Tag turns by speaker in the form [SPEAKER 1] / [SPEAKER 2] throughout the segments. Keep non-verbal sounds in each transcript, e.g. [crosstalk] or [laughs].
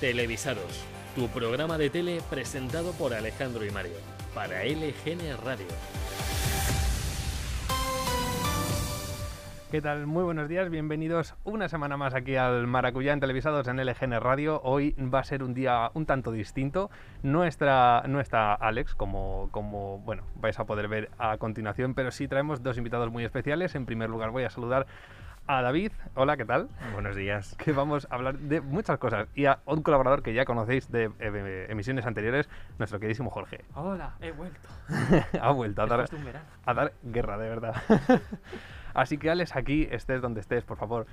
[SPEAKER 1] Televisados, tu programa de tele presentado por Alejandro y Mario, para LGN Radio.
[SPEAKER 2] ¿Qué tal? Muy buenos días, bienvenidos una semana más aquí al Maracuyá en Televisados en LGN Radio. Hoy va a ser un día un tanto distinto. No está, no está Alex, como, como bueno, vais a poder ver a continuación, pero sí traemos dos invitados muy especiales. En primer lugar voy a saludar a David. Hola, ¿qué tal?
[SPEAKER 3] Buenos días.
[SPEAKER 2] Que vamos a hablar de muchas cosas. Y a un colaborador que ya conocéis de eh, emisiones anteriores, nuestro queridísimo Jorge. [laughs]
[SPEAKER 4] Hola, he vuelto.
[SPEAKER 2] ha vuelto a dar,
[SPEAKER 4] Después de un verano.
[SPEAKER 2] a dar guerra, de verdad. [laughs] Así que Alex, aquí estés donde estés, por favor,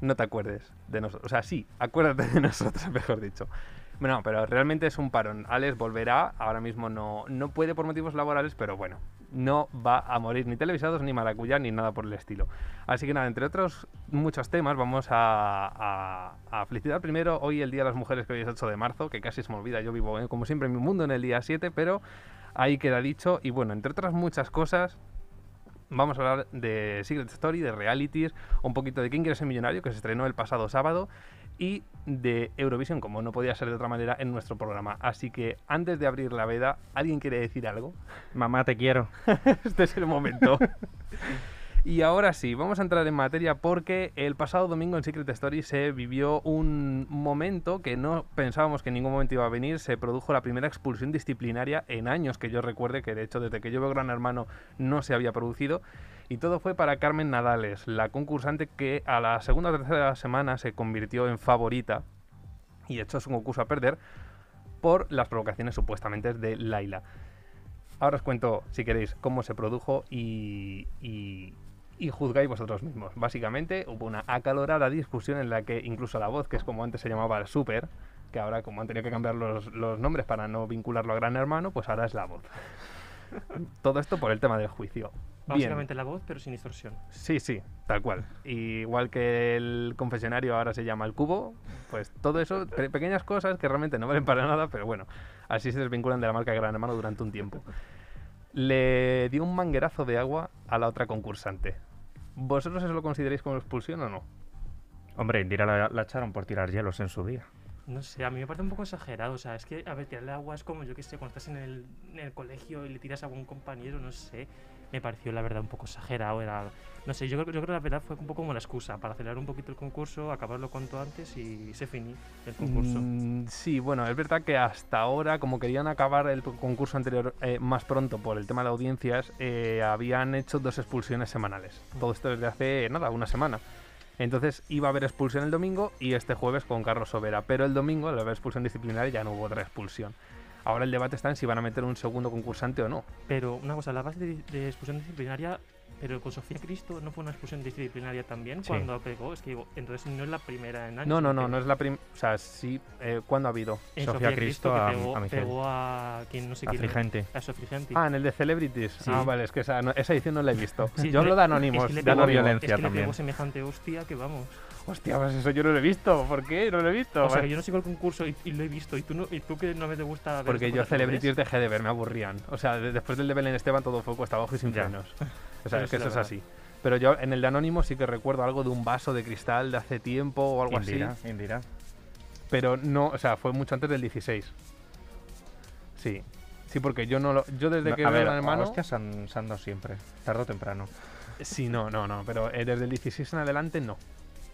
[SPEAKER 2] no te acuerdes de nosotros. O sea, sí, acuérdate de [laughs] nosotros, mejor dicho. Bueno, pero realmente es un parón. Alex volverá, ahora mismo no, no puede por motivos laborales, pero bueno, no va a morir ni televisados, ni maracuyá, ni nada por el estilo. Así que nada, entre otros muchos temas, vamos a, a, a felicitar primero hoy el Día de las Mujeres, que hoy es 8 de marzo, que casi se me olvida, yo vivo eh, como siempre en mi mundo en el día 7, pero ahí queda dicho. Y bueno, entre otras muchas cosas, vamos a hablar de Secret Story, de realities, un poquito de ¿Quién quiere ser millonario? que se estrenó el pasado sábado y de Eurovisión, como no podía ser de otra manera en nuestro programa. Así que antes de abrir la veda, ¿alguien quiere decir algo?
[SPEAKER 3] Mamá, te quiero.
[SPEAKER 2] [laughs] este es el momento. Y ahora sí, vamos a entrar en materia porque el pasado domingo en Secret Story se vivió un momento que no pensábamos que en ningún momento iba a venir. Se produjo la primera expulsión disciplinaria en años que yo recuerde, que de hecho desde que yo veo Gran Hermano no se había producido. Y todo fue para Carmen Nadales, la concursante que a la segunda o tercera semana se convirtió en favorita y echó su concurso a perder por las provocaciones supuestamente de Laila. Ahora os cuento, si queréis, cómo se produjo y, y- y juzgáis vosotros mismos. Básicamente hubo una acalorada discusión en la que incluso la voz, que es como antes se llamaba el Super, que ahora como han tenido que cambiar los, los nombres para no vincularlo a Gran Hermano, pues ahora es la voz. Todo esto por el tema del juicio. Bien.
[SPEAKER 4] Básicamente la voz, pero sin distorsión.
[SPEAKER 2] Sí, sí, tal cual. Y igual que el confesionario ahora se llama el cubo, pues todo eso, pe- pequeñas cosas que realmente no valen para nada, pero bueno, así se desvinculan de la marca Gran Hermano durante un tiempo. Le dio un manguerazo de agua a la otra concursante. ¿Vosotros eso lo consideráis como expulsión o no?
[SPEAKER 3] Hombre, Indira la, la echaron por tirar hielos en su día.
[SPEAKER 4] No sé, a mí me parece un poco exagerado. O sea, es que, a ver, tirarle agua es como, yo que sé, cuando estás en el, en el colegio y le tiras agua a un compañero, no sé. Me pareció, la verdad, un poco exagerado. Era, no sé, yo, creo- yo creo que la verdad fue un poco como la excusa para acelerar un poquito el concurso, acabarlo cuanto antes y se finí el concurso.
[SPEAKER 2] Mm, sí, bueno, es verdad que hasta ahora, como querían acabar el concurso anterior eh, más pronto por el tema de audiencias, eh, habían hecho dos expulsiones semanales. Todo esto desde hace, nada, una semana. Entonces iba a haber expulsión el domingo y este jueves con Carlos Sobera, pero el domingo, al haber expulsión disciplinaria, ya no hubo otra expulsión. Ahora el debate está en si van a meter un segundo concursante o no.
[SPEAKER 4] Pero una cosa, la base de, de expulsión disciplinaria, pero con Sofía Cristo no fue una expulsión disciplinaria también
[SPEAKER 3] Sí.
[SPEAKER 4] cuando pegó. Es que digo, entonces no es la primera en años.
[SPEAKER 2] No, no,
[SPEAKER 4] que
[SPEAKER 2] no,
[SPEAKER 4] pegó.
[SPEAKER 2] no es la primera. O sea, sí, eh, ¿cuándo ha habido?
[SPEAKER 4] En
[SPEAKER 3] Sofía Cristo
[SPEAKER 4] que
[SPEAKER 3] a-
[SPEAKER 4] pegó,
[SPEAKER 3] a Miguel.
[SPEAKER 4] pegó a quien no sé quién.
[SPEAKER 3] Afligente.
[SPEAKER 4] A Sofrigente.
[SPEAKER 2] Ah, en el de Celebrities.
[SPEAKER 4] Sí.
[SPEAKER 2] Ah, vale, es que esa, no- esa edición no la he visto.
[SPEAKER 4] Sí,
[SPEAKER 2] Yo
[SPEAKER 4] le-
[SPEAKER 2] hablo de Anónimos,
[SPEAKER 4] es que le
[SPEAKER 2] de
[SPEAKER 4] pegó-
[SPEAKER 2] Anónimos.
[SPEAKER 4] Es que
[SPEAKER 3] violencia
[SPEAKER 4] le pegó
[SPEAKER 3] también.
[SPEAKER 4] semejante hostia que vamos.
[SPEAKER 2] Hostia, pues eso yo no lo he visto. ¿Por qué? No lo he visto.
[SPEAKER 4] O sea,
[SPEAKER 2] Vale.
[SPEAKER 4] que yo no sigo el concurso y, y lo he visto. Y tú, no, y tú que no me te gusta ver
[SPEAKER 2] Porque
[SPEAKER 4] este
[SPEAKER 2] yo
[SPEAKER 4] tipo de
[SPEAKER 2] Celebrities
[SPEAKER 4] cosas,
[SPEAKER 2] dejé de ver, me aburrían. O sea, de- después del de Belén Esteban todo fue cuesta abajo y sin
[SPEAKER 3] Ya.
[SPEAKER 2] frenos. O sea,
[SPEAKER 4] Eso
[SPEAKER 2] es que
[SPEAKER 4] sí,
[SPEAKER 2] eso
[SPEAKER 4] la
[SPEAKER 2] es
[SPEAKER 4] verdad.
[SPEAKER 2] así. Pero yo en el de Anónimo sí que recuerdo algo de un vaso de cristal de hace tiempo o algo
[SPEAKER 3] Indira,
[SPEAKER 2] así.
[SPEAKER 3] Indira.
[SPEAKER 2] Pero no, o sea, fue mucho antes del 16. Sí. Sí, porque yo no lo. Yo desde
[SPEAKER 3] No,
[SPEAKER 2] que
[SPEAKER 3] a
[SPEAKER 2] veo
[SPEAKER 3] ver,
[SPEAKER 2] Gran hermano.
[SPEAKER 3] hostias han, se han dado siempre, tarde o temprano.
[SPEAKER 2] Sí, no, no, no. Pero eh, desde el 16 en adelante no.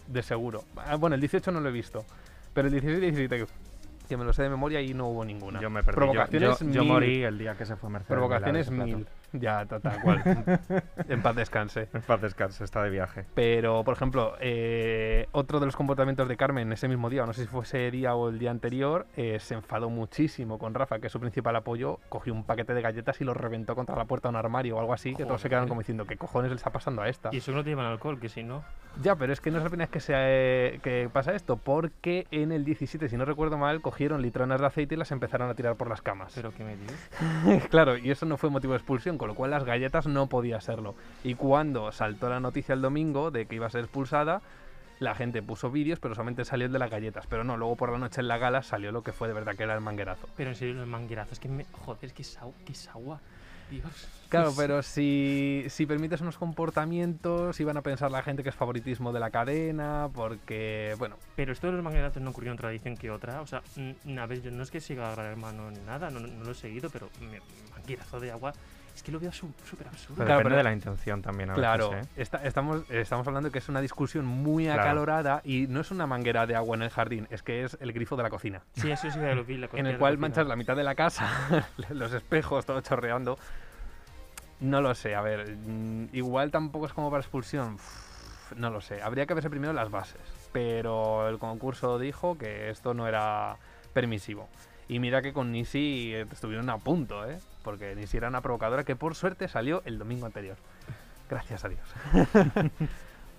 [SPEAKER 2] De seguro. Ah, Bueno, el 18 no lo he visto. Pero el 16 y 17 que- que me lo sé de memoria y no hubo ninguna.
[SPEAKER 3] Yo me perdí. Yo-
[SPEAKER 2] Provocaciones
[SPEAKER 3] yo, yo
[SPEAKER 2] mil.
[SPEAKER 3] morí el día que se fue Mercedes.
[SPEAKER 2] Provocaciones
[SPEAKER 3] Milá de
[SPEAKER 2] mil.
[SPEAKER 3] Plato.
[SPEAKER 2] Ya, ta-
[SPEAKER 3] [laughs]
[SPEAKER 2] tal cual. en paz descanse.
[SPEAKER 3] En paz descanse, está de viaje.
[SPEAKER 2] Pero, por ejemplo, eh, otro de los comportamientos de Carmen ese mismo día, o no sé si fue ese día o el día anterior, eh, se enfadó muchísimo con Rafa, que es su principal apoyo, cogió un paquete de galletas y lo reventó contra la puerta de un armario o algo así, que todos se quedaron
[SPEAKER 4] Joder.
[SPEAKER 2] como diciendo, ¿qué cojones le está pasando a esta?
[SPEAKER 4] Y eso no te llevan alcohol, que si no.
[SPEAKER 2] Ya, pero es que no es la primera vez que, se, eh, que pasa esto, porque en el 17, si no recuerdo mal, cogieron litronas de aceite y las empezaron a tirar por las camas.
[SPEAKER 4] Pero que me dices.
[SPEAKER 2] [laughs] claro, y eso no fue motivo de expulsión, con lo cual las galletas no podía serlo. Y cuando saltó la noticia el domingo de que iba a ser expulsada, la gente puso vídeos, pero solamente salió el de las galletas. Pero no, luego por la noche en la gala salió lo que fue de verdad que era el manguerazo.
[SPEAKER 4] Pero en serio, los manguerazos. Es que me. Joder, que es, au- que es agua. Dios.
[SPEAKER 2] Claro, pero si, si permites unos comportamientos, iban a pensar la gente que es favoritismo de la cadena, porque, bueno,
[SPEAKER 4] Pero esto de los magnatos no ocurrió en otra edición que otra. O sea, mm, a ver, yo no es que siga a Gran Hermano ni nada, no, no lo he seguido, pero me- manguerazo de agua. Es que lo veo su- súper absurdo.
[SPEAKER 3] Pero
[SPEAKER 2] Claro, pero-
[SPEAKER 3] depende de la intención también. A
[SPEAKER 2] claro,
[SPEAKER 3] veces, ¿eh?
[SPEAKER 2] esta- estamos, estamos hablando que es una discusión muy
[SPEAKER 3] Claro.
[SPEAKER 2] acalorada y no es una manguera de agua en el jardín, es que es el grifo de la cocina.
[SPEAKER 4] Sí, eso sí que lo vi. La
[SPEAKER 2] en
[SPEAKER 4] cocina,
[SPEAKER 2] el
[SPEAKER 4] la
[SPEAKER 2] cual
[SPEAKER 4] cocina.
[SPEAKER 2] manchas la mitad de la casa, [laughs] los espejos, todo chorreando. No lo sé, a ver, mm, igual tampoco es como para expulsión. Uf, No lo sé, habría que verse primero las bases. Pero el concurso dijo que esto no era permisivo. Y mira que con Nisi eh, estuvieron a punto, ¿eh? Porque Nisi era una provocadora que por suerte salió el domingo anterior. Gracias a Dios. [laughs]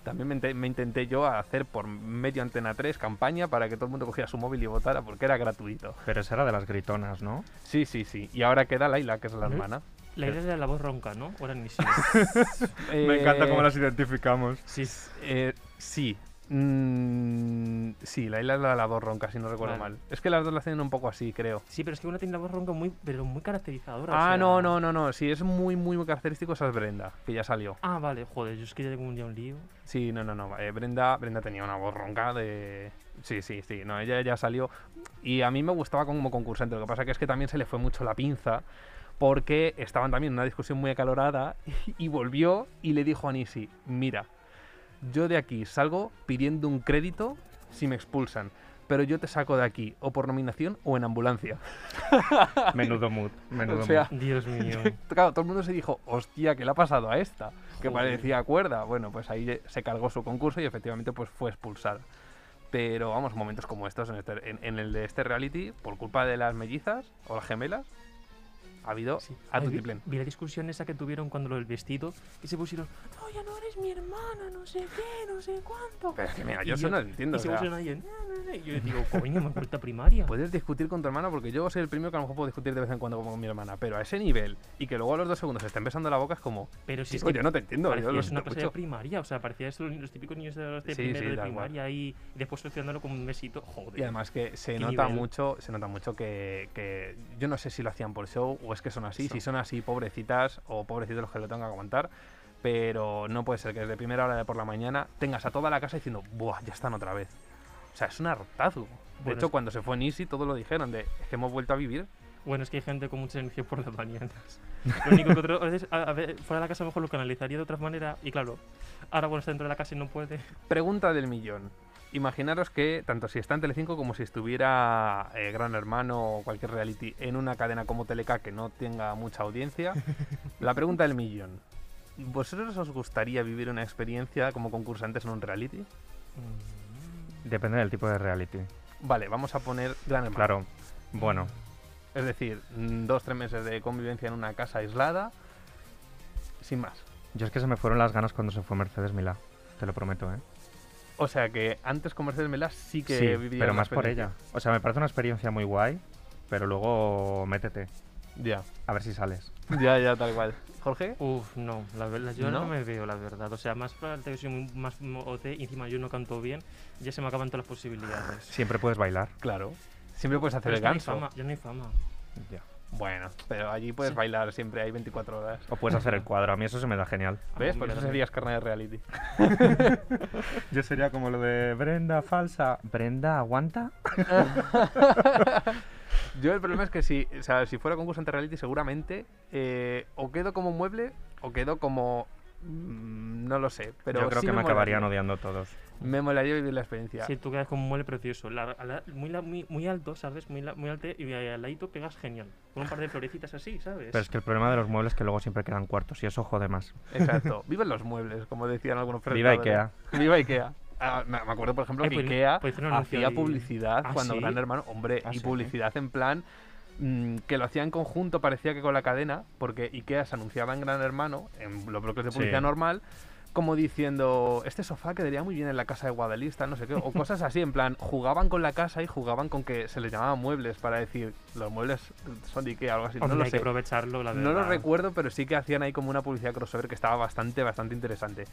[SPEAKER 2] También me, inte- me intenté yo a hacer por medio Antena 3 campaña para que todo el mundo cogiera su móvil y votara porque era gratuito.
[SPEAKER 3] Pero esa era de las gritonas, ¿no?
[SPEAKER 2] Sí, sí, sí. Y ahora queda Laila, que es la
[SPEAKER 4] Ujú.
[SPEAKER 2] hermana.
[SPEAKER 4] La idea era la voz ronca, ¿no? O eran
[SPEAKER 2] [laughs]
[SPEAKER 4] ni siquiera.
[SPEAKER 2] Eh,
[SPEAKER 3] identificamos.
[SPEAKER 2] [laughs]
[SPEAKER 4] Sí.
[SPEAKER 2] eh, sí. Mm, sí, Laila es la de la voz ronca, si no recuerdo
[SPEAKER 4] Vale.
[SPEAKER 2] mal. Es que las dos la tienen un poco así, creo.
[SPEAKER 4] Sí, pero es que una tiene la voz ronca muy, pero muy caracterizadora. o
[SPEAKER 2] Ah,
[SPEAKER 4] sea-
[SPEAKER 2] no, no, no, no. Sí, es muy, muy característico esa es Brenda, que ya salió.
[SPEAKER 4] Ah, vale, joder, yo es que ya tengo un día un lío.
[SPEAKER 2] Sí, no, no, no. eh, Brenda, Brenda tenía una voz ronca de... Sí, sí, sí. No, ella ya salió. Y a mí me gustaba como concursante. Lo que pasa que es que también se le fue mucho la pinza porque estaban también en una discusión muy acalorada [laughs] y volvió y le dijo a Nisi, mira, yo de aquí salgo pidiendo un crédito si me expulsan, pero yo te saco de aquí o por nominación o en ambulancia.
[SPEAKER 3] Menudo mood. Menudo
[SPEAKER 2] O sea,
[SPEAKER 3] mood.
[SPEAKER 4] Dios mío.
[SPEAKER 2] [laughs] Claro, todo el mundo se dijo, hostia, ¿qué le ha pasado a esta? Que
[SPEAKER 4] Joder.
[SPEAKER 2] parecía cuerda. Bueno, pues ahí se cargó su concurso y efectivamente pues fue expulsada. Pero vamos, momentos como estos en, este- en- en el de este reality, por culpa de las mellizas o las gemelas, ha habido
[SPEAKER 4] Sí.
[SPEAKER 2] a
[SPEAKER 4] Ay, vi-
[SPEAKER 2] tutiplén.
[SPEAKER 4] Vi la discusión esa que tuvieron cuando lo del vestido y se pusieron, no, ya no eres mi hermana, no sé qué, no sé cuánto.
[SPEAKER 2] Pero es que mira,
[SPEAKER 4] Y
[SPEAKER 2] yo eso no lo entiendo.
[SPEAKER 4] Y
[SPEAKER 2] o
[SPEAKER 4] se
[SPEAKER 2] sea, Pues,
[SPEAKER 4] pusieron ahí en, "Na, na, na", y yo digo, coño, me he vuelto a primaria.
[SPEAKER 2] puedes discutir con tu hermana porque yo soy el primero que a lo mejor puedo discutir de vez en cuando como con mi hermana, pero a ese nivel y que luego a los dos segundos se estén besando la boca es como,
[SPEAKER 4] pero si es
[SPEAKER 2] "Chico,
[SPEAKER 4] que
[SPEAKER 2] yo no te entiendo,
[SPEAKER 4] parecía
[SPEAKER 2] yo lo
[SPEAKER 4] es una
[SPEAKER 2] siento
[SPEAKER 4] cosa
[SPEAKER 2] mucho.
[SPEAKER 4] de primaria, o sea, parecía esto, los típicos niños de, los de
[SPEAKER 2] Sí,
[SPEAKER 4] primero
[SPEAKER 2] sí,
[SPEAKER 4] de
[SPEAKER 2] tal cual.
[SPEAKER 4] primaria y, y después solucionándolo con un besito, joder.
[SPEAKER 2] Y además que se
[SPEAKER 4] ¿Qué
[SPEAKER 2] nota
[SPEAKER 4] nivel?
[SPEAKER 2] mucho, se nota mucho que, que yo no sé si lo hacían por show o es que son así,
[SPEAKER 4] Eso.
[SPEAKER 2] si son así, pobrecitas o pobrecitos los que lo tengan que aguantar, pero no puede ser que desde primera hora de por la mañana tengas a toda la casa diciendo, "Buah, ya están otra vez." O sea, es un hartazgo. De
[SPEAKER 4] Bueno,
[SPEAKER 2] hecho,
[SPEAKER 4] es-
[SPEAKER 2] cuando se fue Nisi, todo lo dijeron de, es que hemos vuelto a vivir.
[SPEAKER 4] Bueno, es que hay gente con mucha energía por las mañanas. Lo único que otro, a veces, a- a ver, fuera de la casa a lo mejor lo canalizaría de otra manera. Y claro, ahora bueno, está dentro de la casa y no puede.
[SPEAKER 2] Pregunta del millón. Imaginaros que, tanto si está en Telecinco como si estuviera eh, Gran Hermano o cualquier reality en una cadena como Teleca que no tenga mucha
[SPEAKER 3] [laughs]
[SPEAKER 2] audiencia, la pregunta del millón. ¿Vosotros os gustaría vivir una experiencia como concursantes en un reality?
[SPEAKER 3] Depende del tipo de reality.
[SPEAKER 2] Vale, vamos a poner Gran Hermano.
[SPEAKER 3] Claro. Bueno,
[SPEAKER 2] Es decir, mm, dos, tres meses de convivencia en una casa aislada, sin más.
[SPEAKER 3] yo es que se me fueron las ganas cuando se fue Mercedes Milá. Te lo prometo, ¿eh?
[SPEAKER 2] O sea que antes con Mercedes Melas sí que
[SPEAKER 3] sí,
[SPEAKER 2] viviría
[SPEAKER 3] pero
[SPEAKER 2] una
[SPEAKER 3] más por ella.
[SPEAKER 2] experiencia.
[SPEAKER 3] O sea, me parece una experiencia muy guay, pero luego métete.
[SPEAKER 2] Ya,
[SPEAKER 3] A ver si sales.
[SPEAKER 2] ya, ya, tal cual. ¿Jorge?
[SPEAKER 4] Uf, no, la verdad, yo ¿No?
[SPEAKER 2] ¿No?
[SPEAKER 4] me veo, la verdad. O sea, más parte que soy muy- más OT y encima yo no canto bien, ya se me acaban todas las posibilidades.
[SPEAKER 3] Siempre puedes bailar.
[SPEAKER 2] Claro. Siempre puedes hacer el
[SPEAKER 4] Pero es que no hay
[SPEAKER 2] ganso.
[SPEAKER 4] fama, ya no hay fama.
[SPEAKER 2] Bueno, pero allí puedes
[SPEAKER 4] Sí.
[SPEAKER 2] bailar siempre, hay 24 horas.
[SPEAKER 3] O puedes
[SPEAKER 2] [laughs]
[SPEAKER 3] hacer el cuadro. A mí eso se me da genial.
[SPEAKER 4] Ah,
[SPEAKER 2] ¿Ves? Por
[SPEAKER 4] mira,
[SPEAKER 2] eso
[SPEAKER 4] mira.
[SPEAKER 2] serías carne de reality.
[SPEAKER 3] Yo sería como lo de Brenda falsa. Brenda aguanta.
[SPEAKER 2] [laughs] Yo el problema es que si, o sea, si fuera concursante de reality, seguramente eh, o quedo como mueble o quedo como. mm, No lo sé, pero.
[SPEAKER 3] yo creo
[SPEAKER 2] sí
[SPEAKER 3] que me
[SPEAKER 2] molaría.
[SPEAKER 3] acabarían odiando todos.
[SPEAKER 2] Me molaría vivir la experiencia.
[SPEAKER 4] Sí, tú quedas con un mueble precioso. la- a la- muy, la- muy, muy alto, ¿sabes? Muy, la- muy alto y al ladito pegas genial. Con un par de florecitas así, ¿sabes?
[SPEAKER 3] Pero es que el problema de los muebles es que luego siempre quedan cuartos y eso jode más.
[SPEAKER 2] Exacto. Viven los muebles, como decían algunos
[SPEAKER 3] Viva
[SPEAKER 2] presentadores. Viva Ikea. Ah, me me acuerdo, por ejemplo,
[SPEAKER 4] Ay,
[SPEAKER 2] que
[SPEAKER 4] pues,
[SPEAKER 2] Ikea
[SPEAKER 4] pues, hicieron un anuncio
[SPEAKER 2] hacía
[SPEAKER 4] ahí.
[SPEAKER 2] publicidad
[SPEAKER 4] ¿Ah,
[SPEAKER 2] cuando
[SPEAKER 4] sí?
[SPEAKER 2] Gran Hermano, hombre,
[SPEAKER 3] Ah,
[SPEAKER 2] y
[SPEAKER 3] sí.
[SPEAKER 2] publicidad en plan mm, que lo hacía en conjunto, parecía que con la cadena, porque Ikea se anunciaba en Gran Hermano, en los bloques de
[SPEAKER 3] Sí.
[SPEAKER 2] publicidad normal, como diciendo, este sofá quedaría muy bien en la casa de Guadalista, no sé qué,
[SPEAKER 4] [laughs]
[SPEAKER 2] o cosas así, en plan, jugaban con la casa y jugaban con que se les llamaba muebles para decir, los muebles son de Ikea, algo así,
[SPEAKER 4] Hombre,
[SPEAKER 2] no lo
[SPEAKER 4] hay
[SPEAKER 2] sé.
[SPEAKER 4] que aprovecharlo, la verdad.
[SPEAKER 2] No lo recuerdo, pero sí que hacían ahí como una publicidad crossover que estaba bastante, bastante interesante.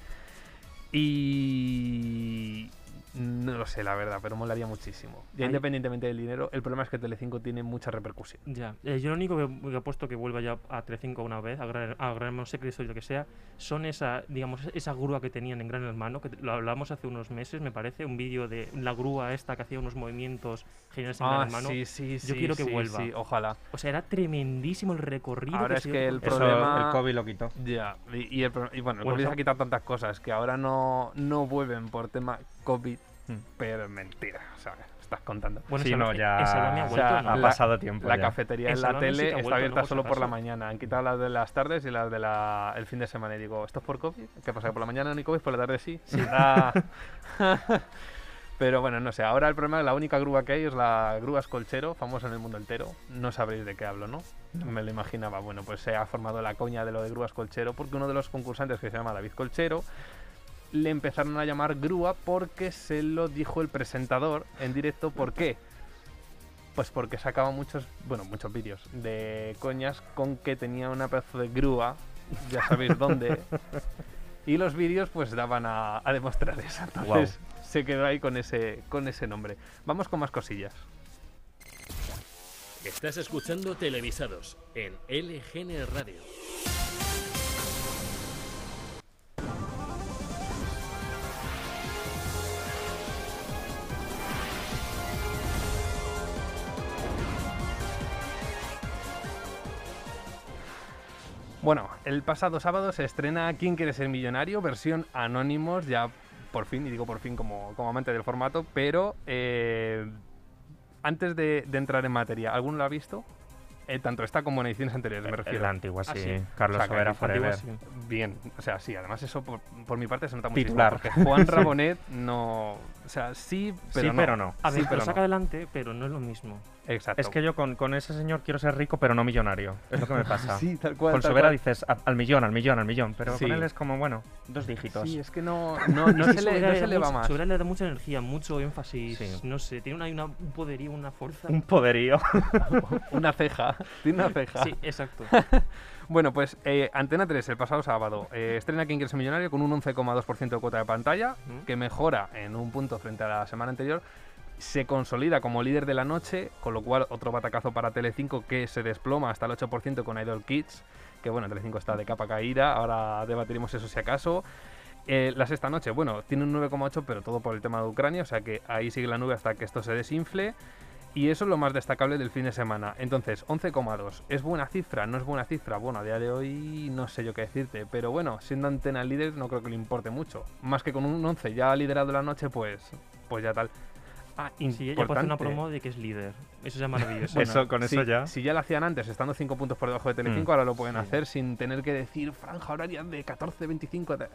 [SPEAKER 2] Y No lo sé, la verdad, pero molaría muchísimo. Ya
[SPEAKER 4] Ahí-
[SPEAKER 2] independientemente del dinero, el problema es que Telecinco tiene mucha repercusión.
[SPEAKER 4] Ya. Eh, yo lo único que, que apuesto que vuelva ya a 3.5 una vez, a Gran, a Gran Hermano Secret Story, lo que sea, son esa, digamos, esa grúa que tenían en Gran Hermano, que lo hablamos hace unos meses, me parece, un vídeo de la grúa esta que hacía unos movimientos geniales en Gran Hermano.
[SPEAKER 2] Ah, sí,
[SPEAKER 4] yo quiero que vuelva.
[SPEAKER 2] sí, ojalá.
[SPEAKER 4] O sea, era tremendísimo el recorrido.
[SPEAKER 2] Ahora
[SPEAKER 4] que
[SPEAKER 2] es
[SPEAKER 4] se
[SPEAKER 2] que
[SPEAKER 4] dio-
[SPEAKER 2] el
[SPEAKER 3] Eso,
[SPEAKER 2] problema-
[SPEAKER 3] el COVID lo quitó.
[SPEAKER 2] Ya, y, y el pro- y bueno, el
[SPEAKER 4] Bueno,
[SPEAKER 2] COVID
[SPEAKER 4] eso-
[SPEAKER 2] ha quitado tantas cosas que ahora no, no vuelven por tema COVID,
[SPEAKER 3] Mm.
[SPEAKER 4] Hmm.
[SPEAKER 2] pero es mentira, o sea, estás contando.
[SPEAKER 4] Bueno,
[SPEAKER 3] sí,
[SPEAKER 4] esa-
[SPEAKER 3] no,
[SPEAKER 4] e-
[SPEAKER 3] ya
[SPEAKER 4] esa no me ha
[SPEAKER 3] o
[SPEAKER 4] vuelto,
[SPEAKER 2] sea,
[SPEAKER 4] ¿no?
[SPEAKER 3] ha
[SPEAKER 2] la-
[SPEAKER 3] pasado tiempo
[SPEAKER 2] La
[SPEAKER 3] ya.
[SPEAKER 2] cafetería
[SPEAKER 4] El
[SPEAKER 2] en la
[SPEAKER 4] salón sí que ha
[SPEAKER 2] tele
[SPEAKER 4] vuelto,
[SPEAKER 2] está abierta
[SPEAKER 4] ¿no? Por
[SPEAKER 2] solo
[SPEAKER 4] si
[SPEAKER 2] por la
[SPEAKER 4] acaso.
[SPEAKER 2] mañana. Han quitado las de las tardes y las del fin de semana. Y digo, ¿esto es por COVID? ¿Qué pasa? ¿Que por la mañana no hay COVID? ¿Por la tarde sí? [laughs] Ah. Pero bueno, no sé. Ahora el problema es la única grúa que hay es la grúa escolchero, famosa en el mundo entero. No sabréis de qué hablo, ¿no? Me lo imaginaba. Bueno, pues se ha formado la coña de lo de grúa escolchero porque uno de los concursantes que se llama David Colchero le empezaron a llamar grúa porque se lo dijo el presentador en directo. ¿Por qué? Pues porque sacaba muchos, bueno, muchos vídeos de coñas con que tenía una pedazo de grúa, ya sabéis dónde. y los vídeos pues daban a, a demostrar eso. Entonces se quedó ahí con ese, con ese nombre. Vamos con más cosillas.
[SPEAKER 1] Estás escuchando Televisados en LGN Radio.
[SPEAKER 2] Bueno, el pasado sábado se estrena ¿Quién quiere ser millonario? Versión Anónimos, ya por fin, y digo por fin como, como amante del formato, pero eh, antes de, de entrar en materia, ¿alguno lo ha visto? Eh, tanto esta como en ediciones anteriores, me refiero.
[SPEAKER 3] La antigua, sí.
[SPEAKER 4] Ah, sí.
[SPEAKER 3] Carlos
[SPEAKER 2] O sea, que
[SPEAKER 3] Sobera
[SPEAKER 2] el
[SPEAKER 4] Antiguo
[SPEAKER 3] Forever.
[SPEAKER 4] sí.
[SPEAKER 2] Bien, o sea, sí, además eso por, por mi parte se nota muchísimo.
[SPEAKER 3] Titular.
[SPEAKER 2] Porque
[SPEAKER 3] [laughs]
[SPEAKER 2] Juan Rabonet no. O sea, sí, pero
[SPEAKER 3] sí,
[SPEAKER 2] no.
[SPEAKER 3] pero no.
[SPEAKER 4] A ver,
[SPEAKER 2] Sí, pero
[SPEAKER 4] lo saca
[SPEAKER 2] no.
[SPEAKER 4] adelante, pero no es lo mismo.
[SPEAKER 2] Exacto.
[SPEAKER 3] Es que yo con, con ese señor quiero ser rico, pero no millonario. Es lo que me pasa.
[SPEAKER 2] Sí, tal cual.
[SPEAKER 3] Ah. Con
[SPEAKER 2] tal
[SPEAKER 3] Sobera
[SPEAKER 2] cual.
[SPEAKER 3] dices "A- al millón, al millón, al millón. Pero
[SPEAKER 2] Sí.
[SPEAKER 3] con él es como, bueno, dos dígitos.
[SPEAKER 2] Sí, es que no, no, no
[SPEAKER 3] [laughs]
[SPEAKER 4] Es
[SPEAKER 2] se,
[SPEAKER 4] que
[SPEAKER 2] le,
[SPEAKER 4] Sobera
[SPEAKER 2] no
[SPEAKER 4] da
[SPEAKER 2] se le va
[SPEAKER 4] mucho-
[SPEAKER 2] más.
[SPEAKER 4] Sobera le da mucha energía, mucho énfasis.
[SPEAKER 3] Sí.
[SPEAKER 4] No sé, tiene una, hay una- un poderío, una fuerza.
[SPEAKER 2] [laughs]
[SPEAKER 3] Un poderío.
[SPEAKER 2] Una ceja. [laughs] Tiene una ceja.
[SPEAKER 4] Sí, exacto.
[SPEAKER 2] Bueno, pues eh, Antena 3, el pasado sábado, eh, estrena Quien quiere ser millonario con un 11,2% de cuota de pantalla,
[SPEAKER 4] Ujú.
[SPEAKER 2] que mejora en un punto frente a la semana anterior. Se consolida como líder de la noche, con lo cual otro batacazo para Telecinco que se desploma hasta el 8% con Idol Kids, que bueno, Telecinco está de capa caída, ahora debatiremos eso si acaso. Eh, la sexta noche, bueno, tiene un 9,8, pero todo por el tema de Ucrania, o sea que ahí sigue la nube hasta que esto se desinfle. Y eso es lo más destacable del fin de semana. Entonces, 11,2. ¿Es buena cifra? ¿No es buena cifra? Bueno, a día de hoy no sé yo qué decirte. Pero bueno, siendo antena líder no creo que le importe mucho. Más que con un 11 ya ha liderado la noche, pues, pues ya tal. Ah,
[SPEAKER 4] Sí, ella puede hacer una
[SPEAKER 2] importante.
[SPEAKER 4] promo de que es líder. Eso ya maravilloso.
[SPEAKER 3] Eso, con eso
[SPEAKER 2] Sí,
[SPEAKER 3] ya.
[SPEAKER 2] Si ya lo hacían antes, estando 5 puntos por debajo de Telecinco,
[SPEAKER 3] Mm.
[SPEAKER 2] ahora lo pueden
[SPEAKER 4] Sí.
[SPEAKER 2] hacer sin tener que decir franja horaria de 14, 25... de- eh.